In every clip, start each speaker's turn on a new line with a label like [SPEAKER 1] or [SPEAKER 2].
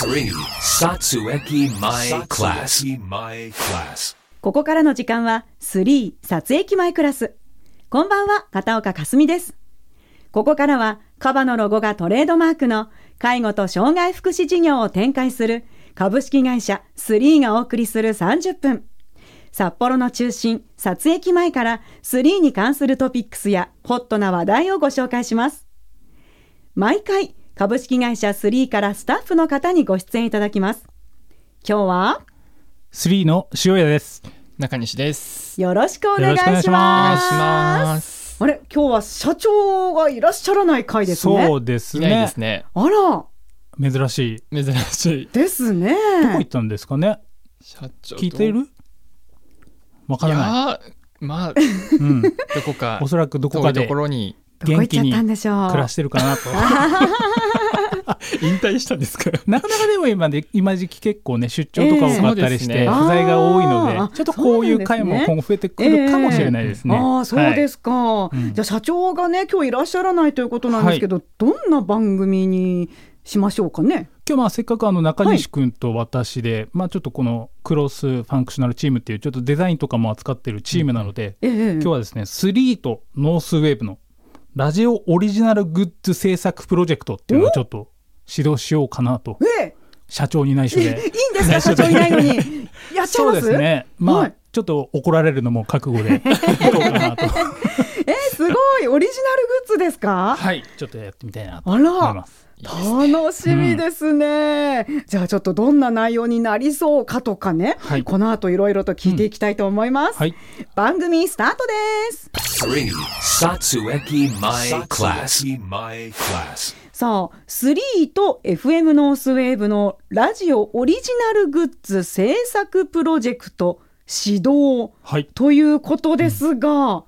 [SPEAKER 1] Three Satsueki My Class. My Class.
[SPEAKER 2] ここからの時間は3撮影前クラス。こんばんは、片岡かすみです。ここからは、カバのロゴがトレードマークの介護と障害福祉事業を展開する株式会社3がお送りする30分。札幌の中心、撮影前から3に関するトピックスやホットな話題をご紹介します。毎回、株式会社3からスタッフの方にご出演いただきます。今日は、
[SPEAKER 3] 3の塩屋です。
[SPEAKER 4] 中西です。
[SPEAKER 2] よろしくお願い
[SPEAKER 3] よろし
[SPEAKER 2] し
[SPEAKER 3] くお願
[SPEAKER 2] ま
[SPEAKER 3] い
[SPEAKER 2] す。
[SPEAKER 3] し
[SPEAKER 4] ます。
[SPEAKER 2] あれ今日は社長がいらっしゃらない回ですね。
[SPEAKER 3] そうです
[SPEAKER 4] いない
[SPEAKER 3] ね
[SPEAKER 4] ですね。
[SPEAKER 2] あら、
[SPEAKER 3] 珍しい。
[SPEAKER 4] 珍しい。
[SPEAKER 2] ですね。
[SPEAKER 3] どこ行ったんですかね。
[SPEAKER 4] 社長
[SPEAKER 3] 聞いてる？わ
[SPEAKER 4] い
[SPEAKER 3] からない。
[SPEAKER 4] やーまあ、ど
[SPEAKER 3] うん。
[SPEAKER 4] こか、
[SPEAKER 3] おそらくどこ
[SPEAKER 4] 遠
[SPEAKER 3] か
[SPEAKER 4] いと
[SPEAKER 3] で
[SPEAKER 4] ころに
[SPEAKER 2] どこ行っ
[SPEAKER 3] 元
[SPEAKER 2] ち
[SPEAKER 3] 気
[SPEAKER 2] ゃっ
[SPEAKER 3] に
[SPEAKER 2] たん
[SPEAKER 3] 暮
[SPEAKER 2] でしょう。
[SPEAKER 3] らしてるか なと。
[SPEAKER 4] 引退したんですか
[SPEAKER 3] なかなかでも今で今時期結構ね出張とか多かったりし
[SPEAKER 4] え
[SPEAKER 3] て
[SPEAKER 4] え
[SPEAKER 3] 不在が多いの
[SPEAKER 2] そうです
[SPEAKER 3] で
[SPEAKER 2] ねあー、
[SPEAKER 3] ちょっとこういう回
[SPEAKER 2] そうなんです
[SPEAKER 3] も
[SPEAKER 2] ね
[SPEAKER 3] 今後増えてくるかもしれないですね。。
[SPEAKER 2] ああ、そうですすか。
[SPEAKER 3] ん
[SPEAKER 2] じゃあ社長がね今日いらっしゃらないということなんですけど、どんな番組にしましょうかね。
[SPEAKER 3] 今日まあせっかくあの中西君と私で、まあちょっとこのクロスファンクショナルチームっていうちょっとデザインとかも扱ってるチームなので、
[SPEAKER 2] ええ
[SPEAKER 3] 今日はですね3とノースウェーブのラジオオリジナルグッズ制作プロジェクトっていうのをちょっと指導しようかなと
[SPEAKER 2] ええ
[SPEAKER 3] 社長に内緒
[SPEAKER 2] いいいいん
[SPEAKER 3] で。
[SPEAKER 2] ですか社長いないのにやっちゃい
[SPEAKER 3] そう
[SPEAKER 2] ま。
[SPEAKER 3] ですすね、まあ、
[SPEAKER 2] はい
[SPEAKER 3] ちょっと怒られるのも覚悟でいこうかな と
[SPEAKER 2] ええすごいオリジナルグッズですか。
[SPEAKER 3] はいちょっとやってみたいなと
[SPEAKER 2] あ
[SPEAKER 3] 思い
[SPEAKER 2] ら
[SPEAKER 3] ます
[SPEAKER 2] 楽しみですね、じゃあちょっとどんな内容になりそうかとかね、
[SPEAKER 3] はい
[SPEAKER 2] この後いろいろと聞いていきたいと思います、
[SPEAKER 3] はい
[SPEAKER 2] 番組スタートです
[SPEAKER 1] Three Satsueki My Class. My Class.
[SPEAKER 2] さあ3と FM ノースウェーブのラジオオリジナルグッズ制作プロジェクト始動
[SPEAKER 3] はい
[SPEAKER 2] ということですが、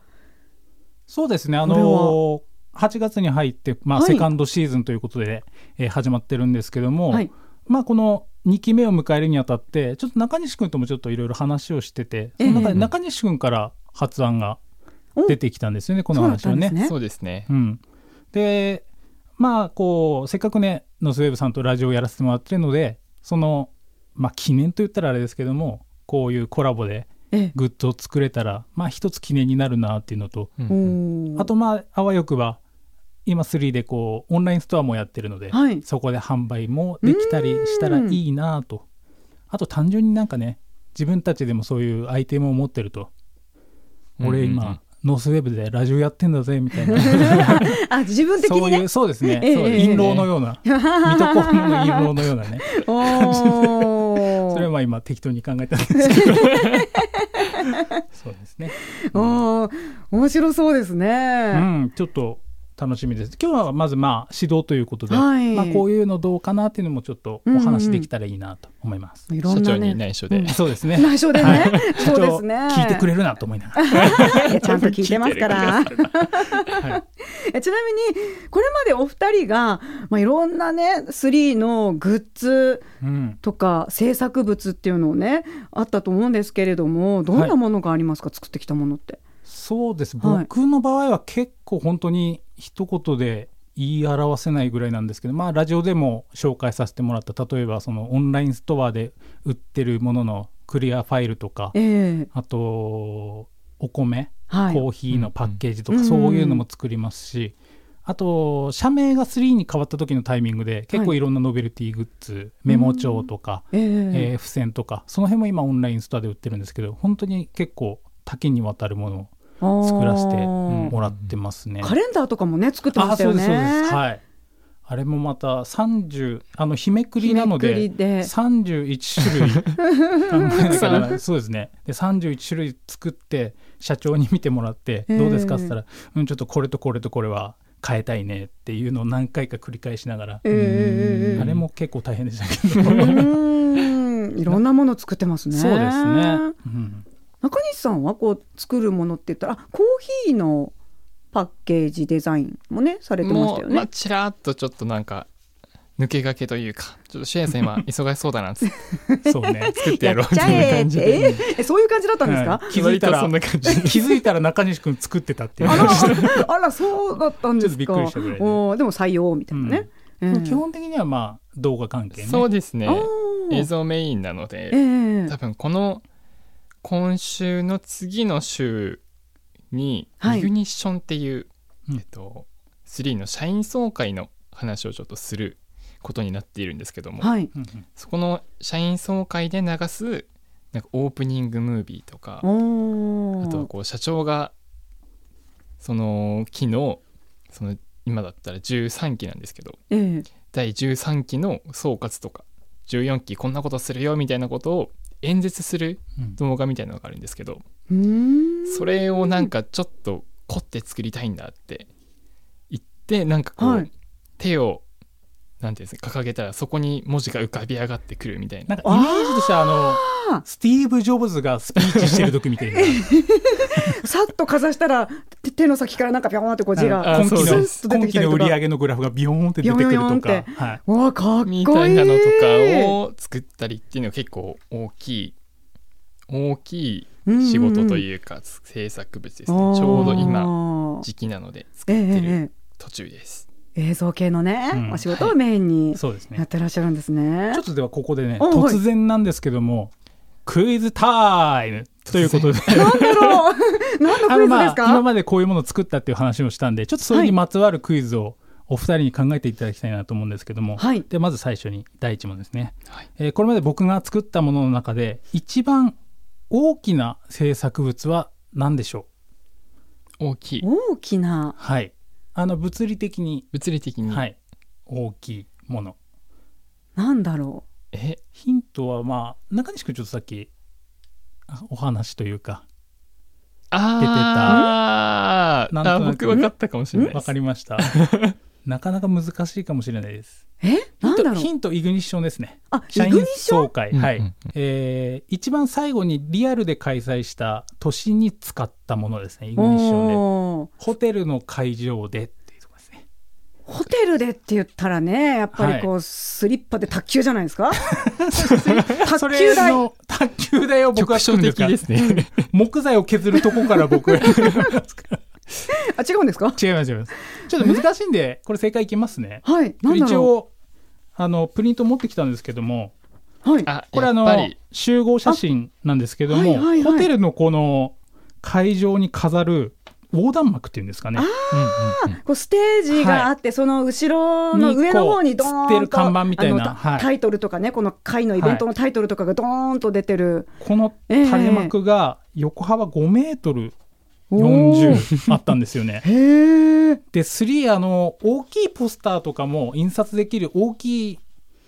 [SPEAKER 3] そうですねあ
[SPEAKER 2] こ
[SPEAKER 3] の8月に入って、まあ
[SPEAKER 2] はい
[SPEAKER 3] セカンドシーズンということで、えー始まってるんですけども、
[SPEAKER 2] はい
[SPEAKER 3] まあ、この2期目を迎えるにあたってちょっと中西君ともちょっといろいろ話をしてて、その中で
[SPEAKER 4] ええ
[SPEAKER 3] 中西君から発案が
[SPEAKER 2] お
[SPEAKER 3] 出てきたんですよねこの話
[SPEAKER 2] そうだ
[SPEAKER 3] はね。
[SPEAKER 2] ったんですね
[SPEAKER 4] そうですね
[SPEAKER 3] う。ん、でまあこうせっかくねノスウェーブさんとラジオをやらせてもらってるのでその、まあ、記念と言ったらあれですけどもこういうコラボで
[SPEAKER 2] ええ
[SPEAKER 3] グッズを作れたら、まあ、一つ記念になるなっていうのと、
[SPEAKER 4] うん
[SPEAKER 2] おー
[SPEAKER 3] あとまああわよくば今3でこうオンラインストアもやってるので、
[SPEAKER 2] はい
[SPEAKER 3] そこで販売もできたりしたらいいなとあと単純になんかね自分たちでもそういうアイテムを持ってると、俺今、
[SPEAKER 4] うんうん
[SPEAKER 3] ノースウェーブでラジオやってんだぜみ たいな
[SPEAKER 2] あ自分的
[SPEAKER 3] そ
[SPEAKER 2] に
[SPEAKER 3] うい
[SPEAKER 2] ね
[SPEAKER 3] うそうですね、
[SPEAKER 2] ええ
[SPEAKER 3] そう
[SPEAKER 2] ええ
[SPEAKER 3] 印籠のよ うな水戸黄門の印籠のようなね
[SPEAKER 2] おー
[SPEAKER 3] それはまあ今適当に考えたんで すけどそうですね
[SPEAKER 2] おー面白そうですね、
[SPEAKER 3] うん、ちょっと楽しみです。今日はまずまあ指導ということで、
[SPEAKER 2] はい
[SPEAKER 3] まあこういうのどうかなっていうのもちょっとお話できたらいいなと思います。
[SPEAKER 2] いろ
[SPEAKER 4] 社
[SPEAKER 2] ん
[SPEAKER 4] 長
[SPEAKER 2] な
[SPEAKER 4] に
[SPEAKER 2] ね
[SPEAKER 4] 内緒で。
[SPEAKER 3] そうで すね。
[SPEAKER 2] 内緒でね
[SPEAKER 3] はい
[SPEAKER 2] そうですね
[SPEAKER 3] 社長聞いてくれるなと思いながら。
[SPEAKER 2] いやちゃんと聞いてますから。
[SPEAKER 3] はい、
[SPEAKER 2] えちなみにこれまでお二人が、まあ、いろんなね3のグッズ
[SPEAKER 3] うん。
[SPEAKER 2] とか制作物っていうのをねあったと思うんですけれどもどんなものがありますか、作ってきたものって。
[SPEAKER 3] そうです。
[SPEAKER 2] はい
[SPEAKER 3] 僕の場合は結構本当に一言で言い表せないぐらいなんですけど、まあラジオでも紹介させてもらった例えばそのオンラインストアで売ってるもののクリアファイルとか、
[SPEAKER 2] ええ
[SPEAKER 3] あとお米。
[SPEAKER 2] はい
[SPEAKER 3] コーヒーのパッケージとか、
[SPEAKER 2] うんうん
[SPEAKER 3] そういうのも作りますし、あと社名が3に変わった時のタイミングで結構いろんなノベルティグッズ、メモ帳とか、
[SPEAKER 2] ええ
[SPEAKER 3] えー付箋とかその辺も今オンラインストアで売ってるんですけど本当に結構多岐にわたるも
[SPEAKER 2] あー
[SPEAKER 3] のを作らせてもらってますね。
[SPEAKER 2] カレンダーとかもね作ってま
[SPEAKER 3] あ
[SPEAKER 2] した
[SPEAKER 3] そう
[SPEAKER 2] よ
[SPEAKER 3] で
[SPEAKER 2] ね。
[SPEAKER 3] すそうですはいあれもまた30あの日めくりなの
[SPEAKER 2] 日め
[SPEAKER 3] で
[SPEAKER 2] くりで
[SPEAKER 3] 31種 類考えなきゃならないそうですねで31種類作って社長に見てもらって「
[SPEAKER 2] ええ
[SPEAKER 3] どうですか?」って言ったら、うん「ちょっとこれとこれとこれは変えたいね」っていうのを何回か繰り返しながら、
[SPEAKER 2] ええええええ
[SPEAKER 3] あれも結構大変でしたけど、
[SPEAKER 2] うーんいろんなもの作ってますね。
[SPEAKER 3] そうですね、うん
[SPEAKER 2] 中西さんはこう作るものって言ったらあコーヒーのパッケージデザインもねされてまし
[SPEAKER 4] も
[SPEAKER 2] たよ
[SPEAKER 4] う、
[SPEAKER 2] ね。
[SPEAKER 4] まあ、ちらっとちょっとなんか、抜け駆けというか、ちょっとシェアさん今忙しそうだなっつって
[SPEAKER 3] そうね
[SPEAKER 4] 作ってやろうみ
[SPEAKER 2] ちゃ
[SPEAKER 4] たいな
[SPEAKER 2] えっ
[SPEAKER 4] 感じ
[SPEAKER 2] て
[SPEAKER 4] で。
[SPEAKER 2] ええそういう感じだったんですか
[SPEAKER 3] は、い気づいたら
[SPEAKER 4] 割とそんな感じ
[SPEAKER 3] 気づいたら中西君作ってたっていう
[SPEAKER 2] あらあらそうだったんですか
[SPEAKER 3] ちょっとびっくりしたぐらいで
[SPEAKER 2] おーでも採用みたいなね、うん
[SPEAKER 3] 基本的にはまあ動画関係ね
[SPEAKER 4] そうですね
[SPEAKER 2] おー
[SPEAKER 4] 映像メインなの
[SPEAKER 2] え
[SPEAKER 4] で
[SPEAKER 2] え
[SPEAKER 4] 多分この今週の次の週に
[SPEAKER 2] はい
[SPEAKER 4] イグニッションっていう、
[SPEAKER 3] うん
[SPEAKER 4] えっと、3の社員総会の話をちょっとすることになっているんですけども、
[SPEAKER 2] はい。
[SPEAKER 3] うんうん
[SPEAKER 4] そこの社員総会で流すなんかオープニングムービーとか
[SPEAKER 2] お
[SPEAKER 4] あとは
[SPEAKER 2] お。
[SPEAKER 4] こう社長がその期のその今だったら13期なんですけど
[SPEAKER 2] ええ
[SPEAKER 4] 第13期の総括とか14期こんなことするよみたいなことを演説する
[SPEAKER 3] うん
[SPEAKER 4] 動画みたいなのがあるんですけど
[SPEAKER 2] うーん。
[SPEAKER 4] それをなんかちょっと凝って作りたいんだって言ってなんかこう、
[SPEAKER 2] はい
[SPEAKER 4] 手をなんていうんですか掲げたらそこに文字が浮かび上がってくるみたいな
[SPEAKER 3] なんかイメージとしてはあのスティーブ・ジョブズがスピーチしてる時みたいな
[SPEAKER 2] さっとかざしたらて手の先からなんかピョーンってこう字が。
[SPEAKER 4] あ
[SPEAKER 3] 今期
[SPEAKER 4] そう
[SPEAKER 3] の
[SPEAKER 2] です
[SPEAKER 3] 今期の売り上げのグラフがビヨーンって出てくる
[SPEAKER 2] ビヨーン
[SPEAKER 3] と
[SPEAKER 2] っ
[SPEAKER 3] か、は
[SPEAKER 2] て
[SPEAKER 3] い、あ
[SPEAKER 2] わあかっこい
[SPEAKER 4] み
[SPEAKER 2] い。
[SPEAKER 4] たいなのとかを作ったりっていうのは結構大きい大きい仕事と
[SPEAKER 2] う
[SPEAKER 4] いうか制作物です
[SPEAKER 2] ん
[SPEAKER 4] ね
[SPEAKER 2] んん。
[SPEAKER 4] ちょうど今
[SPEAKER 2] あー
[SPEAKER 4] 時期なので作
[SPEAKER 2] ええ
[SPEAKER 4] って
[SPEAKER 2] え
[SPEAKER 4] る
[SPEAKER 2] え
[SPEAKER 4] 途中です。
[SPEAKER 2] ええ映像系のね、
[SPEAKER 3] うん
[SPEAKER 2] お仕事をメインに
[SPEAKER 3] そうですね
[SPEAKER 2] やってらっしゃるんですね。
[SPEAKER 3] ちょっとではここでね、
[SPEAKER 2] おはい
[SPEAKER 3] 突然なんですけども、クイズタイムという ことで、
[SPEAKER 2] なんだろう 何のクイズで
[SPEAKER 3] ますあ、今
[SPEAKER 2] か
[SPEAKER 3] までこういうものを作ったっていう話をしたんで、ちょっとそれにまつわるクイズをお二人に考えていただきたいなと思うんですけども、
[SPEAKER 2] はい
[SPEAKER 3] でまず最初に第一問ですね、
[SPEAKER 4] はい
[SPEAKER 3] えーこれまで僕が作ったものの中で、一番大きな制作物は何でしょう
[SPEAKER 4] 大きい
[SPEAKER 2] 大きな
[SPEAKER 3] はい。あの、物理的に、
[SPEAKER 4] 物理的に、
[SPEAKER 3] はい、大きいもの。
[SPEAKER 2] なんだろ
[SPEAKER 4] え
[SPEAKER 3] ヒントはまあ、中西君ちょっとさっき、あお話というか、
[SPEAKER 4] あー
[SPEAKER 3] 出てた
[SPEAKER 4] あ
[SPEAKER 3] なんとな
[SPEAKER 4] 僕
[SPEAKER 3] く
[SPEAKER 4] 分かったかもしれないで
[SPEAKER 3] わ
[SPEAKER 4] す
[SPEAKER 3] か。りま した。なかなか難しいかもしれないです。
[SPEAKER 2] うえなんだろう
[SPEAKER 3] ヒント、イグニッションですね。
[SPEAKER 2] あイ
[SPEAKER 3] 社
[SPEAKER 2] グニ
[SPEAKER 3] 員
[SPEAKER 2] ッション
[SPEAKER 3] 総会。
[SPEAKER 4] うん
[SPEAKER 3] は
[SPEAKER 4] うんう
[SPEAKER 3] い
[SPEAKER 4] ん。
[SPEAKER 3] えー一番最後にリアルで開催した年に使ったものですね、イグニッションで。
[SPEAKER 2] おー
[SPEAKER 3] ホテルの会場でっていうとこですね。
[SPEAKER 2] ホテルでって言ったらねやっぱりこう、スリッパで卓球じゃない ですか卓球台
[SPEAKER 3] の卓球台を僕
[SPEAKER 4] 局
[SPEAKER 3] は
[SPEAKER 4] 所
[SPEAKER 3] 作ってる
[SPEAKER 4] 的
[SPEAKER 3] から
[SPEAKER 4] ですね。
[SPEAKER 3] 木材を削るとこから僕は違い
[SPEAKER 2] あ違うんですか
[SPEAKER 3] ます違います。ちょっと難しいんで、これ正解いきますね。
[SPEAKER 2] はいなんだ
[SPEAKER 3] 一
[SPEAKER 2] ろ
[SPEAKER 3] 応、あの、プリント持ってきたんですけども、
[SPEAKER 2] うはい
[SPEAKER 4] あ
[SPEAKER 3] これあ
[SPEAKER 4] やっ
[SPEAKER 3] の
[SPEAKER 4] ぱり
[SPEAKER 3] 集合写真なんですけど
[SPEAKER 2] あは
[SPEAKER 3] も、
[SPEAKER 2] いはいはい
[SPEAKER 3] ホテルのこの会場に飾る横断幕っていうんですかね
[SPEAKER 4] うんうんうん
[SPEAKER 2] こうステージがあって、その後ろの上の方にドーンと
[SPEAKER 3] にこう吊ってる看板みたいな
[SPEAKER 2] あの
[SPEAKER 3] はい
[SPEAKER 2] タイトルとかねこの会のイベントのタイトルとかがドーンと出てる、
[SPEAKER 3] この垂れ幕が横幅5メートル
[SPEAKER 2] おー
[SPEAKER 3] 40あったんですよね。
[SPEAKER 2] へえ
[SPEAKER 3] で3あの大きいポスターとかも印刷できる大きい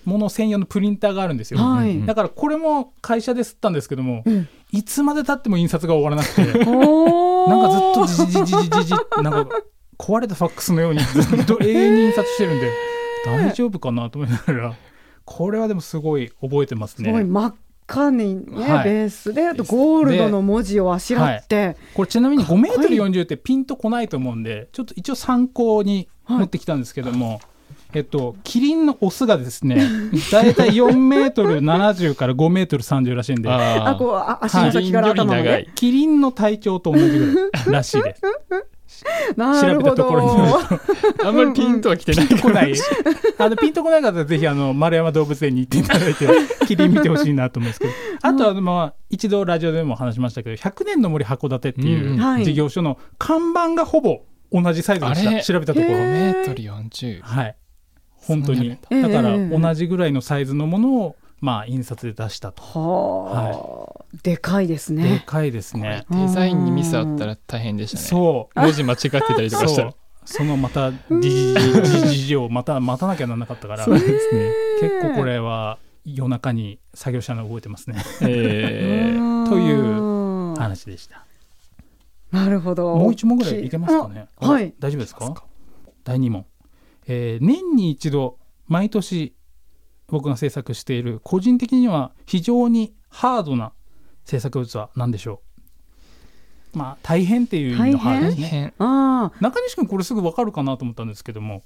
[SPEAKER 3] もの専用のプリンターがあるんですよ。
[SPEAKER 2] はい、
[SPEAKER 4] うんうん
[SPEAKER 3] だからこれも会社で吸ったんですけども、
[SPEAKER 2] うん
[SPEAKER 3] いつまでたっても印刷が終わらなくて。
[SPEAKER 2] おー
[SPEAKER 3] なんかずっとじじじじじじってなんか壊れたファックスのようにずっと永遠に印刷してる んで大丈夫かなと思いながらこれはでもすごい覚えてます
[SPEAKER 2] すごい
[SPEAKER 3] ね。
[SPEAKER 2] 真っ赤にね、
[SPEAKER 3] はい
[SPEAKER 2] ベースであとゴールドの文字をあしらって、
[SPEAKER 3] これちなみに5メー
[SPEAKER 2] っこ
[SPEAKER 3] トル
[SPEAKER 2] いい
[SPEAKER 3] 40ってピンとこないと思うんでちょっと一応参考に持ってきたんですけども、えっとキリンのオスがですね だいたい4メートル70から5メートル30らしいんで
[SPEAKER 4] あ
[SPEAKER 2] あこうあ足の先か
[SPEAKER 4] は
[SPEAKER 2] ら
[SPEAKER 4] い
[SPEAKER 2] 頭まで、
[SPEAKER 4] 長い
[SPEAKER 3] キリンの体長と同じぐらいらしいです。
[SPEAKER 2] なるほ
[SPEAKER 3] 調べたところに
[SPEAKER 2] ど
[SPEAKER 3] よ
[SPEAKER 4] あんまりピンとは来てない
[SPEAKER 3] ピンとこない。あの、ピンとこない方はぜひ、あの、丸山動物園に行っていただいて、キリン見てほしいなと思うんですけど。あとは、まあ、一度ラジオでも話しましたけど、100年の森函館ってい
[SPEAKER 4] うん
[SPEAKER 2] はいう
[SPEAKER 3] 事業所の看板がほぼ同じサイズでし
[SPEAKER 4] あ
[SPEAKER 3] た。
[SPEAKER 4] れ
[SPEAKER 3] 調べたとこ
[SPEAKER 4] 5
[SPEAKER 2] へ
[SPEAKER 3] ろ。
[SPEAKER 4] メートル40。
[SPEAKER 3] はい。本当に。
[SPEAKER 2] そうな
[SPEAKER 3] だ
[SPEAKER 2] んだ
[SPEAKER 3] から、
[SPEAKER 2] ええ
[SPEAKER 3] 同じぐらいのサイズのものを、まあ、印刷で出したと。
[SPEAKER 2] はあ、でかいです
[SPEAKER 3] で
[SPEAKER 2] ね。
[SPEAKER 3] かいですね。
[SPEAKER 4] デザインにミスあったら大変でしたね。
[SPEAKER 3] そう。
[SPEAKER 4] 文字間違ってたりとかし
[SPEAKER 3] そ
[SPEAKER 4] た
[SPEAKER 3] う
[SPEAKER 4] ら。。
[SPEAKER 3] そのまた、じじじじじをまた待たなきゃならなかったから。
[SPEAKER 4] ですね。
[SPEAKER 3] 結構これは夜中に作業者の動いてますね
[SPEAKER 4] えー
[SPEAKER 2] うん
[SPEAKER 3] という話でした
[SPEAKER 2] なるほど。
[SPEAKER 3] もう一問ぐらいいけますかね
[SPEAKER 2] あはい。
[SPEAKER 3] 大丈夫ですか第2問、えー年に一度毎年僕が制作している個人的には非常にハードな制作物は何でしょうまあ大変っていう意味のハードで
[SPEAKER 4] 大
[SPEAKER 3] すね
[SPEAKER 4] 変。
[SPEAKER 2] あ
[SPEAKER 3] 中西君これすぐ分かるかなと思ったんですけども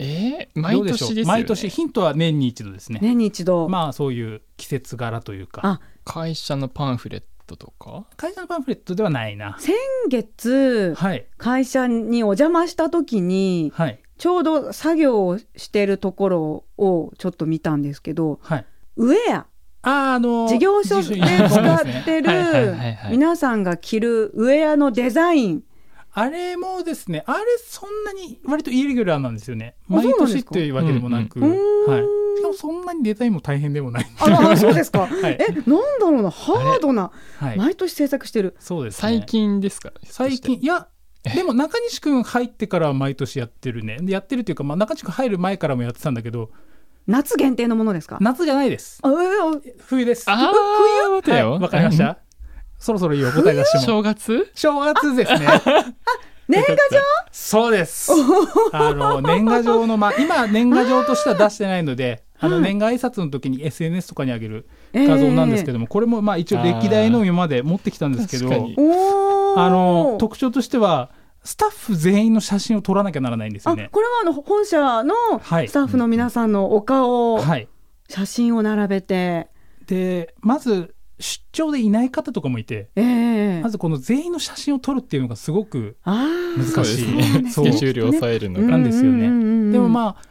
[SPEAKER 4] えー、毎
[SPEAKER 3] ど
[SPEAKER 4] 年
[SPEAKER 3] う
[SPEAKER 4] で
[SPEAKER 3] ですし
[SPEAKER 4] よ
[SPEAKER 3] ょう
[SPEAKER 4] ね。
[SPEAKER 3] 毎年ヒントは年に一度です
[SPEAKER 2] あ、
[SPEAKER 3] ね
[SPEAKER 2] 年に一度。
[SPEAKER 3] まあそういう季節柄という
[SPEAKER 2] あ
[SPEAKER 3] か
[SPEAKER 4] 会社のパンフレットとか
[SPEAKER 3] 会社のパンフレットではないな
[SPEAKER 2] 先月
[SPEAKER 3] はい
[SPEAKER 2] 会社にお邪魔した時に
[SPEAKER 3] はい
[SPEAKER 2] ちょうど作業をしてるところをちょっと見たんですけど
[SPEAKER 3] はい
[SPEAKER 2] ウェア
[SPEAKER 3] あーあのー
[SPEAKER 2] 事業所で
[SPEAKER 3] 事業所
[SPEAKER 2] 使
[SPEAKER 3] ですね
[SPEAKER 2] って
[SPEAKER 4] はいはいはい
[SPEAKER 2] る
[SPEAKER 4] はい
[SPEAKER 2] 皆さんが着るウェアのデザイン
[SPEAKER 3] あれもですね、あれそんなに割とイレギュラーなんですよね。
[SPEAKER 2] あそう
[SPEAKER 3] 毎
[SPEAKER 2] なんで
[SPEAKER 3] 年
[SPEAKER 2] す
[SPEAKER 3] っ
[SPEAKER 2] か
[SPEAKER 3] ていうわけでもなく、
[SPEAKER 2] うんうん
[SPEAKER 3] は
[SPEAKER 2] うーん
[SPEAKER 3] い。しかもそんなにデザインも大変でもない。
[SPEAKER 2] ああそうです か、
[SPEAKER 3] い
[SPEAKER 2] えなんだろうなハードな
[SPEAKER 3] はい。
[SPEAKER 2] 毎年制作してる
[SPEAKER 3] そうです、ね。
[SPEAKER 4] 最近ですか
[SPEAKER 3] 最近いや。でも中西君入ってからは毎年やってるねでやってるっていうか、まあ、中西君入る前からもやってたんだけど
[SPEAKER 2] 夏限定のものですか
[SPEAKER 3] 夏じゃないです
[SPEAKER 2] あえー
[SPEAKER 3] 冬です
[SPEAKER 4] あー待てよ
[SPEAKER 3] はいわかりました、そろそろいいお答え出しても
[SPEAKER 4] 正月
[SPEAKER 3] 正月ですね
[SPEAKER 2] 年賀状
[SPEAKER 3] そう です。あの年賀状のまあ今年賀状としては出してないので、あの年賀挨拶の時に SNS とかにあげる画像なんですけども、これもまあ一応歴代の今まで持ってきたんですけど、
[SPEAKER 4] あー確か
[SPEAKER 2] おー
[SPEAKER 3] あの特徴としてはスタッフ全員の写真を撮らなきゃならないんですよ
[SPEAKER 2] あ
[SPEAKER 3] ね。
[SPEAKER 2] これはあの本社の
[SPEAKER 3] はい
[SPEAKER 2] スタッフの皆さんのお顔を
[SPEAKER 3] はい。
[SPEAKER 2] 写真を並べて、
[SPEAKER 3] でまず出張でいない方とかもいて、
[SPEAKER 2] ええ
[SPEAKER 3] まずこの全員の写真を撮るっていうのがすごく
[SPEAKER 2] あ
[SPEAKER 3] 難し
[SPEAKER 2] ー
[SPEAKER 3] い
[SPEAKER 4] そうですねス
[SPEAKER 3] そう
[SPEAKER 4] ケジュールを抑えるの
[SPEAKER 2] う
[SPEAKER 4] が
[SPEAKER 3] なんですよね。
[SPEAKER 2] うんうんうんうん
[SPEAKER 3] でもまあ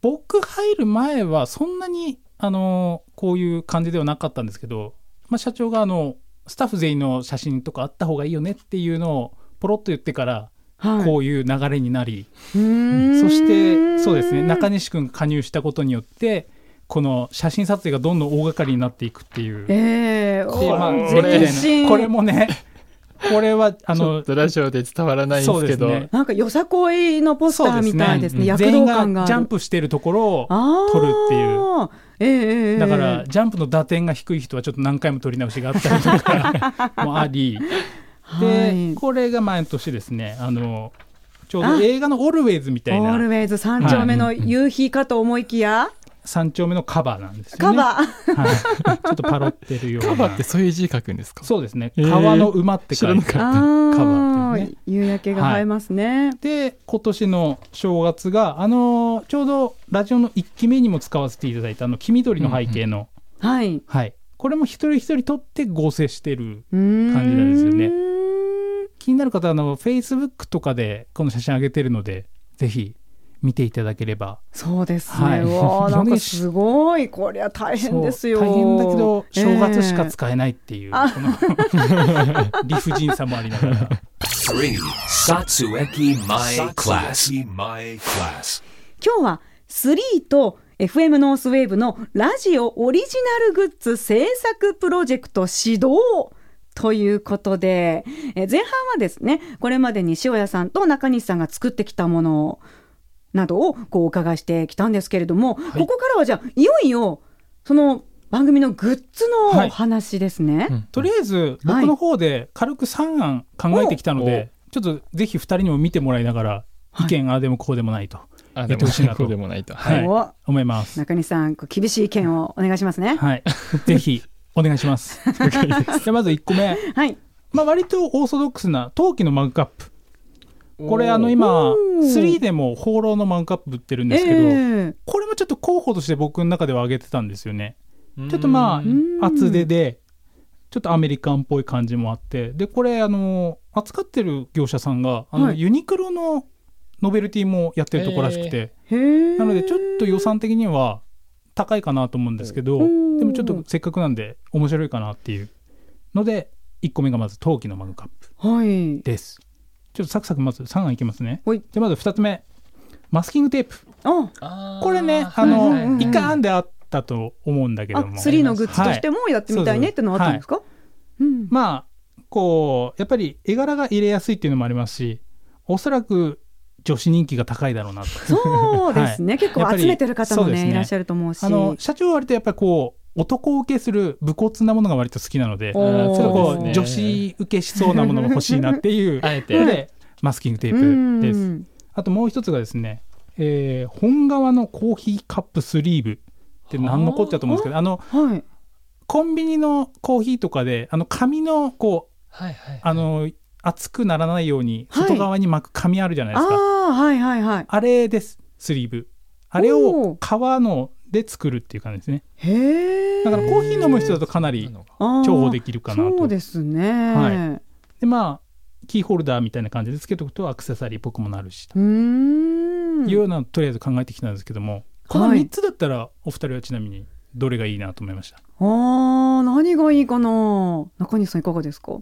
[SPEAKER 3] 僕入る前はそんなにあのこういう感じではなかったんですけど、まあ、社長があのスタッフ全員の写真とかあった方がいいよねっていうのをポロッと言ってから
[SPEAKER 2] はい
[SPEAKER 3] こういう流れになり、
[SPEAKER 2] うーん
[SPEAKER 3] そしてそうですね中西君が加入したことによってこの写真撮影がどんどん大掛かりになっていくっていう。
[SPEAKER 2] ええ
[SPEAKER 3] でまあ
[SPEAKER 4] こ
[SPEAKER 3] これ
[SPEAKER 4] れ
[SPEAKER 2] 全身
[SPEAKER 3] これもねこれはあ
[SPEAKER 4] ちょ
[SPEAKER 3] の
[SPEAKER 4] っとラジオで伝わらないんですけど
[SPEAKER 3] そうですね
[SPEAKER 2] なんかよさこいのポスターみたいですね
[SPEAKER 4] そう
[SPEAKER 2] 躍
[SPEAKER 3] 全
[SPEAKER 2] 動
[SPEAKER 3] 員
[SPEAKER 2] 感が
[SPEAKER 3] が
[SPEAKER 2] ある
[SPEAKER 3] ジャンプしてるところを
[SPEAKER 2] あー
[SPEAKER 3] 撮るっていう。
[SPEAKER 2] ええええ
[SPEAKER 3] だからジャンプの打点が低い人はちょっと何回も取り直しがあったり とかもありで、
[SPEAKER 2] はい
[SPEAKER 3] これが毎年ですねあのちょう
[SPEAKER 2] あ
[SPEAKER 3] ど映画の「オルウェイズ」みたい
[SPEAKER 2] オールウ
[SPEAKER 3] な
[SPEAKER 2] ェイズ三丁目の夕日かと思いきや、
[SPEAKER 3] 三丁目のカバーなんですよ
[SPEAKER 2] カ
[SPEAKER 3] ね。
[SPEAKER 2] バー、
[SPEAKER 3] はい、ちょっとパロってるような
[SPEAKER 4] カバってそういう字書くんですか
[SPEAKER 3] そうですね
[SPEAKER 4] えー
[SPEAKER 3] 川の馬って書いて
[SPEAKER 4] 知ら
[SPEAKER 3] あ
[SPEAKER 4] な
[SPEAKER 3] るカ
[SPEAKER 2] あ
[SPEAKER 3] バーっ
[SPEAKER 2] ー
[SPEAKER 3] ていうね。
[SPEAKER 2] 夕焼けが映えますね。
[SPEAKER 3] で今年の正月があのーちょうどラジオの1期目にも使わせていただいたあの黄緑の背景の、
[SPEAKER 2] はい。う
[SPEAKER 3] はい、これも一人一人取って合成してる
[SPEAKER 2] ーん
[SPEAKER 3] 感じなんですよね
[SPEAKER 2] ね。
[SPEAKER 3] 気になる方はあの Facebook とかでこの写真上げてるのでぜひ見ていただければ
[SPEAKER 2] そうですね。
[SPEAKER 3] はいう
[SPEAKER 2] わーなんかすごい、こりゃ大変ですよ。
[SPEAKER 3] そう大変だけど正月しか
[SPEAKER 2] ええ
[SPEAKER 3] 使えないっていう、
[SPEAKER 2] あ
[SPEAKER 3] こ の理不尽さもありながら
[SPEAKER 1] Three. Satsueki My Class. My Class.
[SPEAKER 2] 今日は3と FM ノースウェーブのラジオオリジナルグッズ制作プロジェクト始動ということで、え前半はですね、これまでに塩谷さんと中西さんが作ってきたものなどをこうお伺いしてきたんですけれども、ここからはじゃあいよいよその番組のグッズの
[SPEAKER 3] はい
[SPEAKER 2] お話ですね。
[SPEAKER 4] うん
[SPEAKER 3] とりあえず僕の方で軽く3案考えてきたので、ちょっとぜひ2人にも見てもらいながら
[SPEAKER 2] はい
[SPEAKER 3] 意見ああでもこうでもないと
[SPEAKER 4] あ
[SPEAKER 3] や
[SPEAKER 4] で
[SPEAKER 3] ってほしいな
[SPEAKER 4] も
[SPEAKER 3] と
[SPEAKER 4] こうでもないとはい
[SPEAKER 3] はい
[SPEAKER 2] お
[SPEAKER 3] 思います、
[SPEAKER 2] 中西さん、こう厳しい意見をお願いしますね。
[SPEAKER 3] はい、ぜひお願いしますじゃあまず1個目、
[SPEAKER 2] はい。
[SPEAKER 3] まあ、割とオーソドックスな陶器のマグカップこれあの
[SPEAKER 2] お
[SPEAKER 3] 今
[SPEAKER 2] ー
[SPEAKER 3] 3でも放浪のマグカップ売ってるんですけど、
[SPEAKER 2] え
[SPEAKER 3] これもちょっと候補として僕の中では挙げてたんですよね
[SPEAKER 4] うん
[SPEAKER 3] ちょっとま
[SPEAKER 4] うん
[SPEAKER 2] ん
[SPEAKER 3] あ厚手でちょっとアメリカンっぽい感じもあってでこれあの扱ってる業者さんがあの、
[SPEAKER 2] はい
[SPEAKER 3] ユニクロのノベルティもやってるとこらしくて、
[SPEAKER 2] えへえ
[SPEAKER 3] なのでちょっと予算的には高いかなと思うんですけど、
[SPEAKER 2] うん
[SPEAKER 3] でもちょっとせっかくなんで面白いかなっていうので1個目がまず陶器のマグカップ
[SPEAKER 2] はい。
[SPEAKER 3] ですちょっとサクサクまず3案いきますね
[SPEAKER 2] ほい
[SPEAKER 3] でまず2つ目マスキングテープ
[SPEAKER 2] あ、
[SPEAKER 4] あー
[SPEAKER 3] これねあ
[SPEAKER 4] はいはい
[SPEAKER 2] うんうんう
[SPEAKER 3] の
[SPEAKER 2] ん
[SPEAKER 3] 一回編んであったと思うんだけ
[SPEAKER 2] あ
[SPEAKER 3] ども
[SPEAKER 2] ツリーのグッズとしてもやってみたいねってのはあったんですか、うん
[SPEAKER 3] まあこうやっぱり絵柄が入れやすいっていうのもありますしおそらく女子人気が高いだろうなと
[SPEAKER 2] そうですね、
[SPEAKER 3] はい
[SPEAKER 2] 結構集めてる方も
[SPEAKER 3] やっぱりそうです
[SPEAKER 2] ね
[SPEAKER 3] ね
[SPEAKER 2] いらっしゃると思うし
[SPEAKER 3] あの社長は割とやっぱりこう男受けする武骨なものが割と好きなのでち
[SPEAKER 2] おー
[SPEAKER 3] ょっと
[SPEAKER 2] そう
[SPEAKER 3] こう、
[SPEAKER 2] ですね
[SPEAKER 3] 女子受けしそうなものも欲しいなっていう
[SPEAKER 4] あえ
[SPEAKER 3] の
[SPEAKER 4] て
[SPEAKER 3] でマスキングテ
[SPEAKER 2] う
[SPEAKER 3] ー
[SPEAKER 2] ん
[SPEAKER 3] プです。あともう一つがですね、えー本革のコーヒーカップスリーブって何のこっちゃと思うんですけどあの
[SPEAKER 2] はい
[SPEAKER 3] コンビニのコーヒーとかであの紙のこう
[SPEAKER 4] はいはい
[SPEAKER 3] あの熱くならないように
[SPEAKER 2] はい
[SPEAKER 3] 外側に巻く紙あるじゃない
[SPEAKER 2] あ
[SPEAKER 3] ですか、
[SPEAKER 2] あはいはいはい
[SPEAKER 3] あれですスリーブあれ
[SPEAKER 2] お
[SPEAKER 3] を
[SPEAKER 2] ー
[SPEAKER 3] 革ので作るっていう感じですね
[SPEAKER 2] へえ
[SPEAKER 3] だからコーヒー飲む人だとかなり
[SPEAKER 4] なのか
[SPEAKER 2] 重
[SPEAKER 3] 重宝できるかなと
[SPEAKER 2] そう
[SPEAKER 3] で
[SPEAKER 2] ですね、
[SPEAKER 3] はいうまあキーホルダーみたいな感じでつけておくとアクセサリーっぽくもなるしと
[SPEAKER 2] ーんん
[SPEAKER 3] いうようなとりあえず考えてきたんですけどもこの
[SPEAKER 2] はい
[SPEAKER 3] 3つだったらお二人はちなみにどれがいいなと思いました、
[SPEAKER 2] あー何がいいかな中西さんいかがですか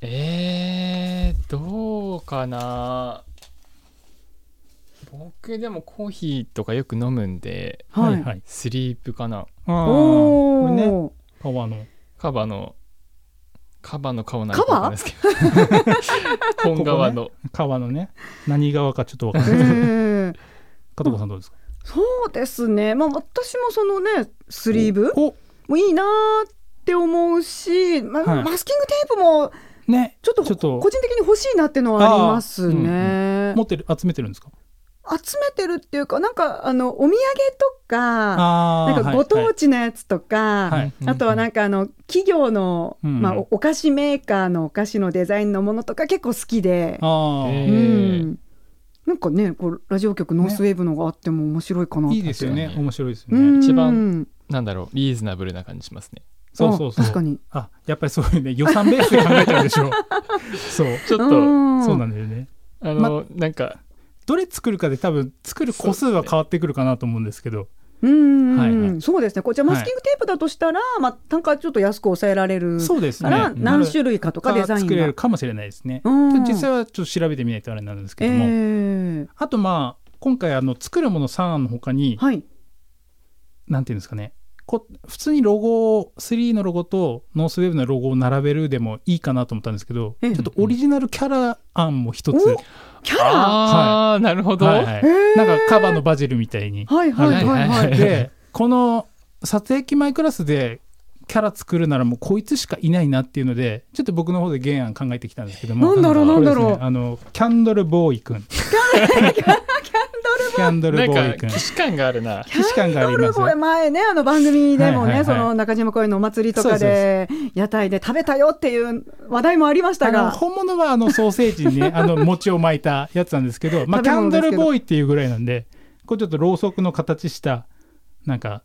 [SPEAKER 4] えー、どうかな僕でもコーヒーとかよく飲むんで
[SPEAKER 2] はい
[SPEAKER 3] はいはい
[SPEAKER 4] スリープかな
[SPEAKER 3] あー
[SPEAKER 2] お
[SPEAKER 3] これね
[SPEAKER 2] ー
[SPEAKER 3] パワーの
[SPEAKER 4] カバのカバの顔なんか
[SPEAKER 2] カバ
[SPEAKER 4] わかんないですけど 本川の
[SPEAKER 3] 川のね何川かちょっとわかんない
[SPEAKER 2] え ー
[SPEAKER 3] 片岡さんどうですか
[SPEAKER 2] そうですねまあ私もそのねスリーブ
[SPEAKER 3] お
[SPEAKER 2] もういいなーって思うし、ま
[SPEAKER 3] はい
[SPEAKER 2] マスキングテープも
[SPEAKER 3] ね
[SPEAKER 2] ちょっと
[SPEAKER 3] ちょっと
[SPEAKER 2] 個人的に欲しいなっていうのはありますね。
[SPEAKER 3] 持ってる集めてるんですか
[SPEAKER 2] 集めてるっていうかなんかあのお土産とか
[SPEAKER 3] あ
[SPEAKER 2] なんかご当地のやつとか、
[SPEAKER 3] はい
[SPEAKER 2] あとはなんんかあの企業の、
[SPEAKER 3] うん
[SPEAKER 2] まあ、おお菓子メーカーのお菓子のデザインのものとか結構好きで、
[SPEAKER 3] あ
[SPEAKER 4] えー
[SPEAKER 3] ー
[SPEAKER 2] うん、なんかねこうラジオ局ノースウェーブのがあっても面白いかなって
[SPEAKER 3] いいですよね面白いですよ
[SPEAKER 2] う
[SPEAKER 3] ね、
[SPEAKER 2] ん
[SPEAKER 4] 一番なんだろうリーズナブルな感じしますね
[SPEAKER 3] そうそうそ
[SPEAKER 2] あ
[SPEAKER 3] う
[SPEAKER 2] 確かに
[SPEAKER 3] あやっぱりそういうね予算ベースで考えてるでし ょそう
[SPEAKER 4] ちょっと、
[SPEAKER 2] うん
[SPEAKER 3] そうなんだよね
[SPEAKER 4] あの、なんか
[SPEAKER 3] どれ作るかで多分作る個数は変わってくるかなと思うんですけど
[SPEAKER 2] うん、
[SPEAKER 3] はいはい
[SPEAKER 2] そうですねこうじゃあマスキングテープだとしたら、まあ、単価ちょっと安く抑えられる
[SPEAKER 3] そうです
[SPEAKER 2] か
[SPEAKER 3] ね
[SPEAKER 2] ら何種
[SPEAKER 3] 類
[SPEAKER 2] 類かとかデザイン
[SPEAKER 3] 作れ
[SPEAKER 2] が
[SPEAKER 3] る。かもしれないですね
[SPEAKER 2] うん
[SPEAKER 3] 実際はちょっと調べてみないとあれなんですけ
[SPEAKER 2] え
[SPEAKER 3] ども、
[SPEAKER 2] ー
[SPEAKER 3] あとまあ今回あの作るもの3案のほかに
[SPEAKER 2] はい、
[SPEAKER 3] なんていうんですかねこ普通にロゴを3のロゴとノースウェーブのロゴを並べるでもいいかなと思ったんですけどち
[SPEAKER 2] ええ
[SPEAKER 3] ょっとオリジナルキャラ案も一つ、
[SPEAKER 2] おキャラ
[SPEAKER 4] ああ、なるほど、
[SPEAKER 3] はいはい
[SPEAKER 2] へー
[SPEAKER 3] なんかカバのバジルみたいに
[SPEAKER 2] はいはいはいはい
[SPEAKER 4] はいはい
[SPEAKER 3] でこの撮影機前クラスでキャラ作るならもうこいつしかいないなっていうのでちょっと僕の方で原案考えてきたんですけども
[SPEAKER 2] なんだろうなんだろう
[SPEAKER 3] これですねあのキャンドルボーイくんキャンド
[SPEAKER 4] な
[SPEAKER 3] ル
[SPEAKER 4] ん
[SPEAKER 3] ボー
[SPEAKER 4] か
[SPEAKER 3] イくん
[SPEAKER 4] 既視感があるな
[SPEAKER 3] 既視感があり
[SPEAKER 2] ドル
[SPEAKER 3] ます
[SPEAKER 2] ボエ前ねあの番組でもね、
[SPEAKER 3] はいはいはい
[SPEAKER 2] その中島公園のお祭りとかで屋台で食べたよっていう話題もありました
[SPEAKER 3] あの
[SPEAKER 2] が
[SPEAKER 3] 本物はあのソーセージにねあの餅を巻いたやつなんですけど、ま
[SPEAKER 2] 食
[SPEAKER 3] あ、キ
[SPEAKER 2] べ
[SPEAKER 3] ャ
[SPEAKER 2] 物
[SPEAKER 3] ン
[SPEAKER 2] で
[SPEAKER 3] ド
[SPEAKER 2] すけど
[SPEAKER 3] ルボーイっていうぐらいなんでこうちょっとろうそくの形したなんか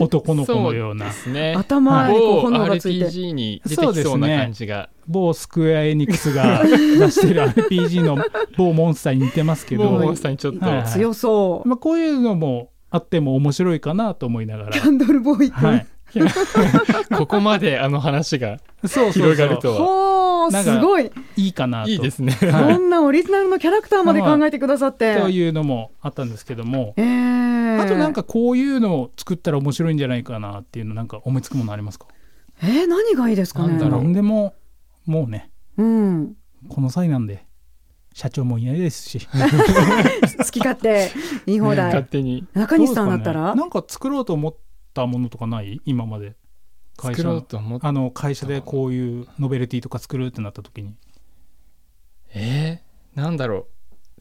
[SPEAKER 3] 男の子のような
[SPEAKER 4] ですね
[SPEAKER 2] 頭にこ
[SPEAKER 4] 某
[SPEAKER 2] う炎がついて、
[SPEAKER 4] RPG に出てきそうな感じが、
[SPEAKER 3] 某スクエア・エニックスが出してる RPG の某モンスターに似てますけ
[SPEAKER 4] 某
[SPEAKER 3] ど
[SPEAKER 4] モンスターにちょっと、
[SPEAKER 3] はいはい
[SPEAKER 2] 強そう、
[SPEAKER 3] まあ、こういうのもあっても面白いかなと思いながら
[SPEAKER 2] キャンドルボーイ君、
[SPEAKER 3] はい
[SPEAKER 4] ここまであの話が
[SPEAKER 3] そうそう
[SPEAKER 4] 広
[SPEAKER 3] そ
[SPEAKER 4] がると
[SPEAKER 3] う
[SPEAKER 4] は
[SPEAKER 2] ほう
[SPEAKER 3] なん
[SPEAKER 2] す
[SPEAKER 3] か
[SPEAKER 2] ごい
[SPEAKER 3] いいかなと
[SPEAKER 4] いいですね。
[SPEAKER 3] はい
[SPEAKER 2] こんなオリジナルのキャラクターまで考えてくださって、
[SPEAKER 3] というのもあったんですけども
[SPEAKER 2] えー
[SPEAKER 3] あとなんかこういうのを作ったら面白いんじゃないかなっていうのなんか思いつくものありますか
[SPEAKER 2] えー何がいいですかね
[SPEAKER 4] なんだろう
[SPEAKER 3] 何でももうね
[SPEAKER 2] うん、
[SPEAKER 3] この際なんで社長もいないですし
[SPEAKER 2] 好き勝 手言い放題、
[SPEAKER 4] 勝手に
[SPEAKER 2] 中西さんだった、
[SPEAKER 3] どうですからねなんか作ろうと思ったものとかない今まで会
[SPEAKER 4] 作
[SPEAKER 3] 社
[SPEAKER 4] ろ
[SPEAKER 3] の
[SPEAKER 4] うと思って。
[SPEAKER 3] あの会社でこういうノベルティとか作るってなった時に
[SPEAKER 4] えー、なんだろう。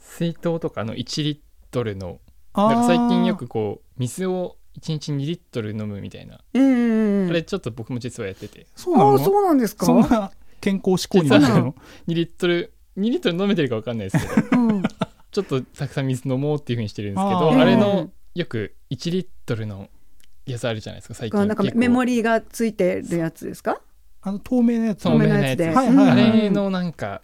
[SPEAKER 4] 水筒とかあの1リットルの、なんか最近よくこう、水を1日2リットル飲むみたいな。
[SPEAKER 2] えー
[SPEAKER 4] あれちょっと僕も実はやってて、
[SPEAKER 3] そうな
[SPEAKER 2] あ
[SPEAKER 3] の
[SPEAKER 2] あそうなんですか
[SPEAKER 3] そんな健康志向になってるの
[SPEAKER 4] 2リットル、2リットル飲めてるかわかんないですけど、
[SPEAKER 2] うん
[SPEAKER 4] ちょっとたくさん水飲もうっていうふうにしてるんですけ
[SPEAKER 3] あ
[SPEAKER 4] ど、
[SPEAKER 3] ー
[SPEAKER 4] あれのよく1リットルのやつあるじゃないですか、最近。
[SPEAKER 2] なんか
[SPEAKER 4] 結構
[SPEAKER 2] メモリーがついてるやつですか
[SPEAKER 3] あの透明なやつ
[SPEAKER 4] 透明なやつ
[SPEAKER 2] 透
[SPEAKER 4] で
[SPEAKER 2] 明
[SPEAKER 4] す。
[SPEAKER 3] なやつで
[SPEAKER 4] あ
[SPEAKER 3] はいはいはい
[SPEAKER 4] れのなんか、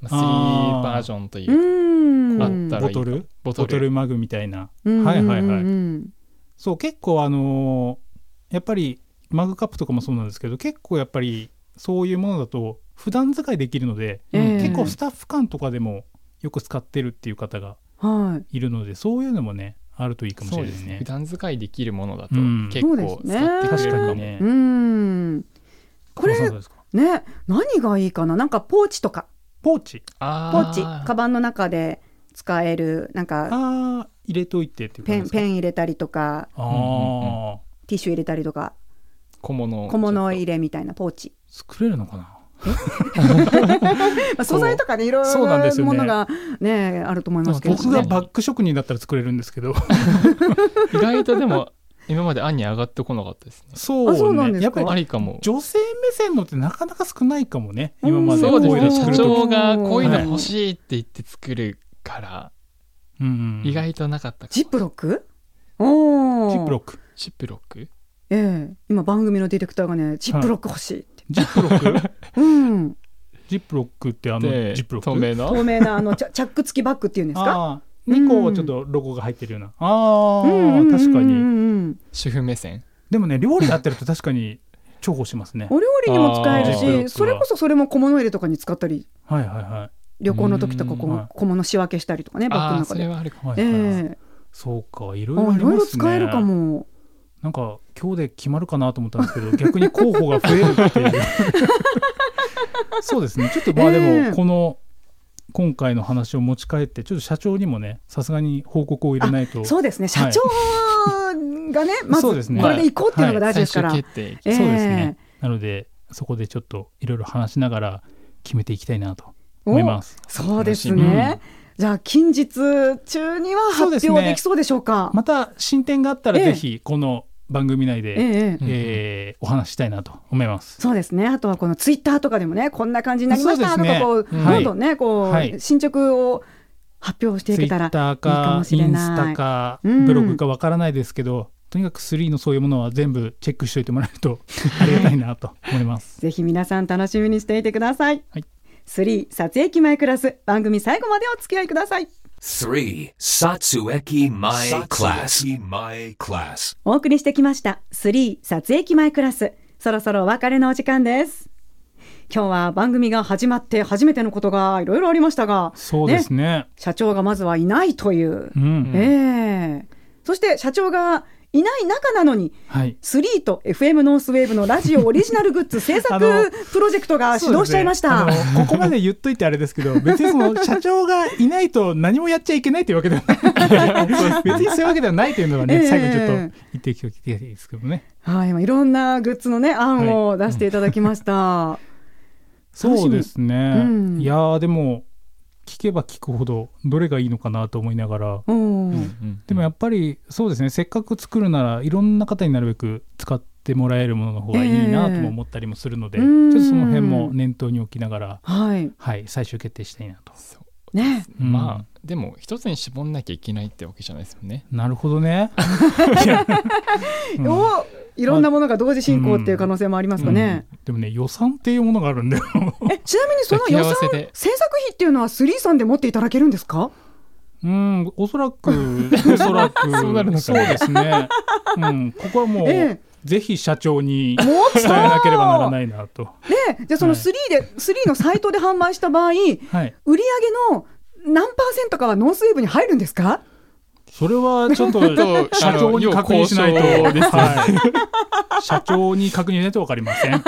[SPEAKER 4] まあ3バージョンといううか
[SPEAKER 2] ん
[SPEAKER 4] あったら
[SPEAKER 3] ボ
[SPEAKER 4] いいか
[SPEAKER 3] トル
[SPEAKER 4] ボ
[SPEAKER 3] ボ
[SPEAKER 4] ト
[SPEAKER 3] ト
[SPEAKER 4] ル
[SPEAKER 3] ルマグみたいな
[SPEAKER 2] うん
[SPEAKER 3] はいはいはい
[SPEAKER 2] うんうん
[SPEAKER 3] そう結構あのーやっぱりマグカップとかもそうなんですけど結構やっぱりそういうものだと普段使いできるので、
[SPEAKER 2] ええ
[SPEAKER 3] 結構スタッフ間とかでもよく使ってるっていう方が
[SPEAKER 2] はい
[SPEAKER 3] いるのでそういうのもねあるといいかもしれないですね
[SPEAKER 4] 普。段使いできるものだと
[SPEAKER 3] うん
[SPEAKER 4] 結構
[SPEAKER 2] そうですね
[SPEAKER 4] 使ってくれ
[SPEAKER 3] 確
[SPEAKER 4] るか
[SPEAKER 3] か
[SPEAKER 4] も、
[SPEAKER 3] にね
[SPEAKER 2] う。んこ
[SPEAKER 3] 加藤さん
[SPEAKER 2] れ
[SPEAKER 3] どうですか
[SPEAKER 2] ね何がいいかななんかポーチとか
[SPEAKER 3] ポーチ
[SPEAKER 4] あ
[SPEAKER 2] ポーチ
[SPEAKER 4] ー
[SPEAKER 2] カバンの中で使えるなんか
[SPEAKER 3] あー入れといてっていう
[SPEAKER 2] ペ
[SPEAKER 3] 感じ
[SPEAKER 2] ン
[SPEAKER 3] ですか
[SPEAKER 2] ペン入れたりとか
[SPEAKER 3] あ
[SPEAKER 4] うん
[SPEAKER 3] ー
[SPEAKER 2] ティッシュ入れたりとか
[SPEAKER 4] 小物を
[SPEAKER 2] 小物
[SPEAKER 4] ちょっ
[SPEAKER 2] 入れみたいなポーチ、
[SPEAKER 3] 作れるのかな
[SPEAKER 2] まあ素材とかねいろい
[SPEAKER 3] そうなんです
[SPEAKER 2] ろ
[SPEAKER 3] よ
[SPEAKER 2] も
[SPEAKER 3] ね
[SPEAKER 2] のがねあると思いますけど、ね、
[SPEAKER 3] 僕がバッグ職人だったら作れるんですけど
[SPEAKER 4] と意外とでも今まで案に上がってこなかったですね
[SPEAKER 3] そう,、
[SPEAKER 2] あそうなんですか
[SPEAKER 3] やっぱり
[SPEAKER 4] ありかも
[SPEAKER 3] 女性目線のってなかなか少ないかもね
[SPEAKER 2] うん
[SPEAKER 3] 今まで
[SPEAKER 4] そうです
[SPEAKER 3] こい
[SPEAKER 4] ね
[SPEAKER 3] の作
[SPEAKER 4] 社
[SPEAKER 3] る
[SPEAKER 4] 長
[SPEAKER 3] と
[SPEAKER 4] がこういうの欲しいって言って作るから、
[SPEAKER 3] うん
[SPEAKER 4] 意外となかったかも
[SPEAKER 2] ジップロックおー
[SPEAKER 3] ジップロック
[SPEAKER 4] ジップロック
[SPEAKER 2] ええ今番組のディレクターがねジップロック欲しいって、
[SPEAKER 3] ジップロック
[SPEAKER 2] うん
[SPEAKER 3] ジップロックってあの
[SPEAKER 4] で
[SPEAKER 3] ジップロック
[SPEAKER 4] 透明の
[SPEAKER 2] 透明なあのチャチャック付きバッグっていうんですか
[SPEAKER 3] あーにこ
[SPEAKER 2] う
[SPEAKER 3] うんちょっとロゴが入ってるような、ああ、
[SPEAKER 2] うん
[SPEAKER 3] 確か
[SPEAKER 2] うんう
[SPEAKER 3] に
[SPEAKER 2] んうん
[SPEAKER 4] 主婦目線
[SPEAKER 3] でもね料理やってると確かに重宝しますね
[SPEAKER 2] お料理にも使える
[SPEAKER 4] あー
[SPEAKER 2] しそれこそそれも小物入れとかに使ったり
[SPEAKER 3] はいはいは
[SPEAKER 2] 旅行の時とか
[SPEAKER 3] うんはい
[SPEAKER 2] こう小物仕分けしたりとかねバッグ
[SPEAKER 4] あ
[SPEAKER 2] の
[SPEAKER 4] あ
[SPEAKER 2] 中
[SPEAKER 4] それ
[SPEAKER 2] で。
[SPEAKER 4] はあるか
[SPEAKER 3] い
[SPEAKER 4] も
[SPEAKER 3] はいはい、
[SPEAKER 2] ええ
[SPEAKER 3] そうかいろいろ
[SPEAKER 2] あい
[SPEAKER 3] あり
[SPEAKER 2] ろいろ
[SPEAKER 3] ますね
[SPEAKER 2] 使えるかも。
[SPEAKER 3] なんか今日で決まるかなと思ったんですけど逆に候補が増えるっていう そうですねちょっとまあでも、
[SPEAKER 2] ええ
[SPEAKER 3] この今回の話を持ち帰ってちょっと社長にもねさすがに報告を入れないと
[SPEAKER 2] そうですね社長 がねまず
[SPEAKER 3] そう
[SPEAKER 2] こ
[SPEAKER 3] ですね
[SPEAKER 2] れで行こうっていうのが大事ですから。
[SPEAKER 4] 最終決定
[SPEAKER 2] ええ
[SPEAKER 3] そうですね。なのでそこでちょっといろいろ話しながら決めていきたいなと思います。
[SPEAKER 2] おそうです
[SPEAKER 3] 楽しみ
[SPEAKER 2] ね。じゃあ近日中には
[SPEAKER 3] そうで
[SPEAKER 2] 発
[SPEAKER 3] すね
[SPEAKER 2] 表できそうでしょうか。
[SPEAKER 3] また進展があったら
[SPEAKER 2] ええ
[SPEAKER 3] ぜひこの番組内で、え
[SPEAKER 2] ええ
[SPEAKER 4] うん
[SPEAKER 3] ーお話ししたいなと思います。
[SPEAKER 2] そうですね。あとはこのツイッターとかでもね、こんな感じになりました
[SPEAKER 3] そ
[SPEAKER 2] と
[SPEAKER 3] うです
[SPEAKER 2] か
[SPEAKER 3] ね
[SPEAKER 2] こう、
[SPEAKER 4] はい
[SPEAKER 2] どんどんね、こう、
[SPEAKER 3] はい
[SPEAKER 2] 進捗を発表してい
[SPEAKER 3] ツ
[SPEAKER 2] け
[SPEAKER 3] イッ
[SPEAKER 2] たらいい
[SPEAKER 3] ター
[SPEAKER 2] か
[SPEAKER 3] か
[SPEAKER 2] もし
[SPEAKER 3] イ
[SPEAKER 2] れ
[SPEAKER 3] ンス
[SPEAKER 2] な
[SPEAKER 3] タ
[SPEAKER 2] い。
[SPEAKER 3] か
[SPEAKER 2] うん
[SPEAKER 3] ブログかわからないですけど、とにかく3のそういうものは全部チェックしておいてもらえ るとありがたいなと思います。
[SPEAKER 2] ぜひ皆さん楽しみにしていてください。
[SPEAKER 3] はい
[SPEAKER 2] 3撮影機前クラス番組最後までお付き合いください。
[SPEAKER 1] 3. Satsueki My Class. My Class.
[SPEAKER 2] お送りしてきました3撮影機前クラスそろそろお別れのお時間です今日は番組が始まって初めてのことがいろいろありましたが
[SPEAKER 3] そうですね。
[SPEAKER 2] 社長がまずはいないという、
[SPEAKER 3] うん。
[SPEAKER 2] ええそして社長がいない中なのに
[SPEAKER 3] はい。
[SPEAKER 2] 3と FM ノースウェーブのラジオオリジナルグッズ制
[SPEAKER 3] あの
[SPEAKER 2] 作プロジェクトが始動しちゃいまし
[SPEAKER 3] そ
[SPEAKER 2] た、
[SPEAKER 3] うですねあのここまで言っといてあれですけ ど、別にその社長がいないと何もやっちゃいけないというわけでは ない。別にそういうわけではないというのはね、
[SPEAKER 2] ええ
[SPEAKER 3] 最後ちょっと言っておきたいですけどね。
[SPEAKER 2] はい、まあいろんなグッズのね案を出していただきました、
[SPEAKER 3] そうですね。
[SPEAKER 2] うん
[SPEAKER 3] いやーでも、聞けば聞くほど、どれがいいのかなと思いながら、
[SPEAKER 2] うん
[SPEAKER 3] でもや
[SPEAKER 4] っ
[SPEAKER 3] っぱりそうですねせっかく作るならいろんな方になるべく使ってもらえるものの方がいいなとも思ったりもするので、
[SPEAKER 2] ええうん
[SPEAKER 3] ちょっとその辺も念頭に置きながら、
[SPEAKER 2] はい
[SPEAKER 3] はい、最終決定したいなと。
[SPEAKER 2] ね
[SPEAKER 4] ぱま
[SPEAKER 3] うん
[SPEAKER 4] あでも一つに絞んなきゃいけないってわけじゃないですもんね
[SPEAKER 3] なるほどね。うん
[SPEAKER 2] をいろんなものが同時進行っていう可能性もありますかね。
[SPEAKER 3] でもね予算っていうものがあるんだよ。
[SPEAKER 2] えちなみにその予
[SPEAKER 4] 抱き合
[SPEAKER 2] 算
[SPEAKER 4] わせで
[SPEAKER 2] 制作費っていうのはスリーさんで持っていただけるんですか？
[SPEAKER 3] うんおそらくおそらく
[SPEAKER 4] そうなるのかな
[SPEAKER 3] そうですね。うんここはもう、
[SPEAKER 2] ええ
[SPEAKER 3] ぜひ社長に
[SPEAKER 2] もっと
[SPEAKER 3] 伝えなければならないなと。
[SPEAKER 2] でじゃあその
[SPEAKER 3] はい
[SPEAKER 2] スリーでスリーのサイトで販売した場合、売り
[SPEAKER 3] はい。
[SPEAKER 2] 上げの何パーセントかはノースウェーブに入るんですか？
[SPEAKER 3] それはちょっ と
[SPEAKER 4] ょっと
[SPEAKER 3] 社長に確認しないと、
[SPEAKER 4] あの要交渉ですね
[SPEAKER 3] はい、社長に確認しないと分かりません。
[SPEAKER 2] ね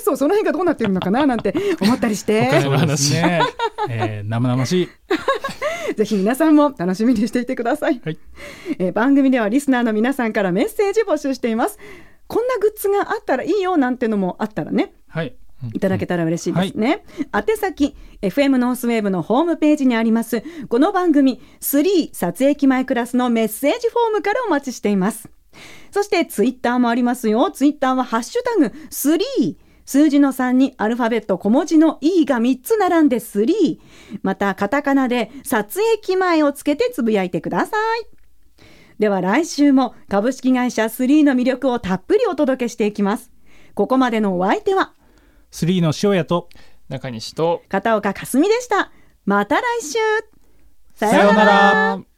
[SPEAKER 2] そうその辺がどうなってるのかななん て思ったりし
[SPEAKER 4] 他の
[SPEAKER 2] て、
[SPEAKER 3] そうで
[SPEAKER 4] 話
[SPEAKER 3] すね。えー、生々しい。
[SPEAKER 2] ぜひ皆さんも楽しみにしていてください。
[SPEAKER 3] はい
[SPEAKER 2] えー番組ではリスナーの皆さんからメッセージ募集しています。こんなグッズがあったらいいよなんてのもあったらね。
[SPEAKER 3] はい。
[SPEAKER 2] いただけたら嬉しいですね。宛先、FM ノースウェーブのホームページにあります、この番組、3撮影機前クラスのメッセージフォームからお待ちしています。そして、ツイッターもありますよ。ツイッターは、ハッシュタグ、3。数字の3にアルファベット小文字の E が3つ並んで3。また、カタカナで撮影機前をつけてつぶやいてください。では来週も株式会社3の魅力をたっぷりお届けしていきます。ここまでのお相手は、
[SPEAKER 3] スリーの塩屋と。
[SPEAKER 4] 中西と
[SPEAKER 2] 片岡かすみでした。また来週さ
[SPEAKER 3] さようなら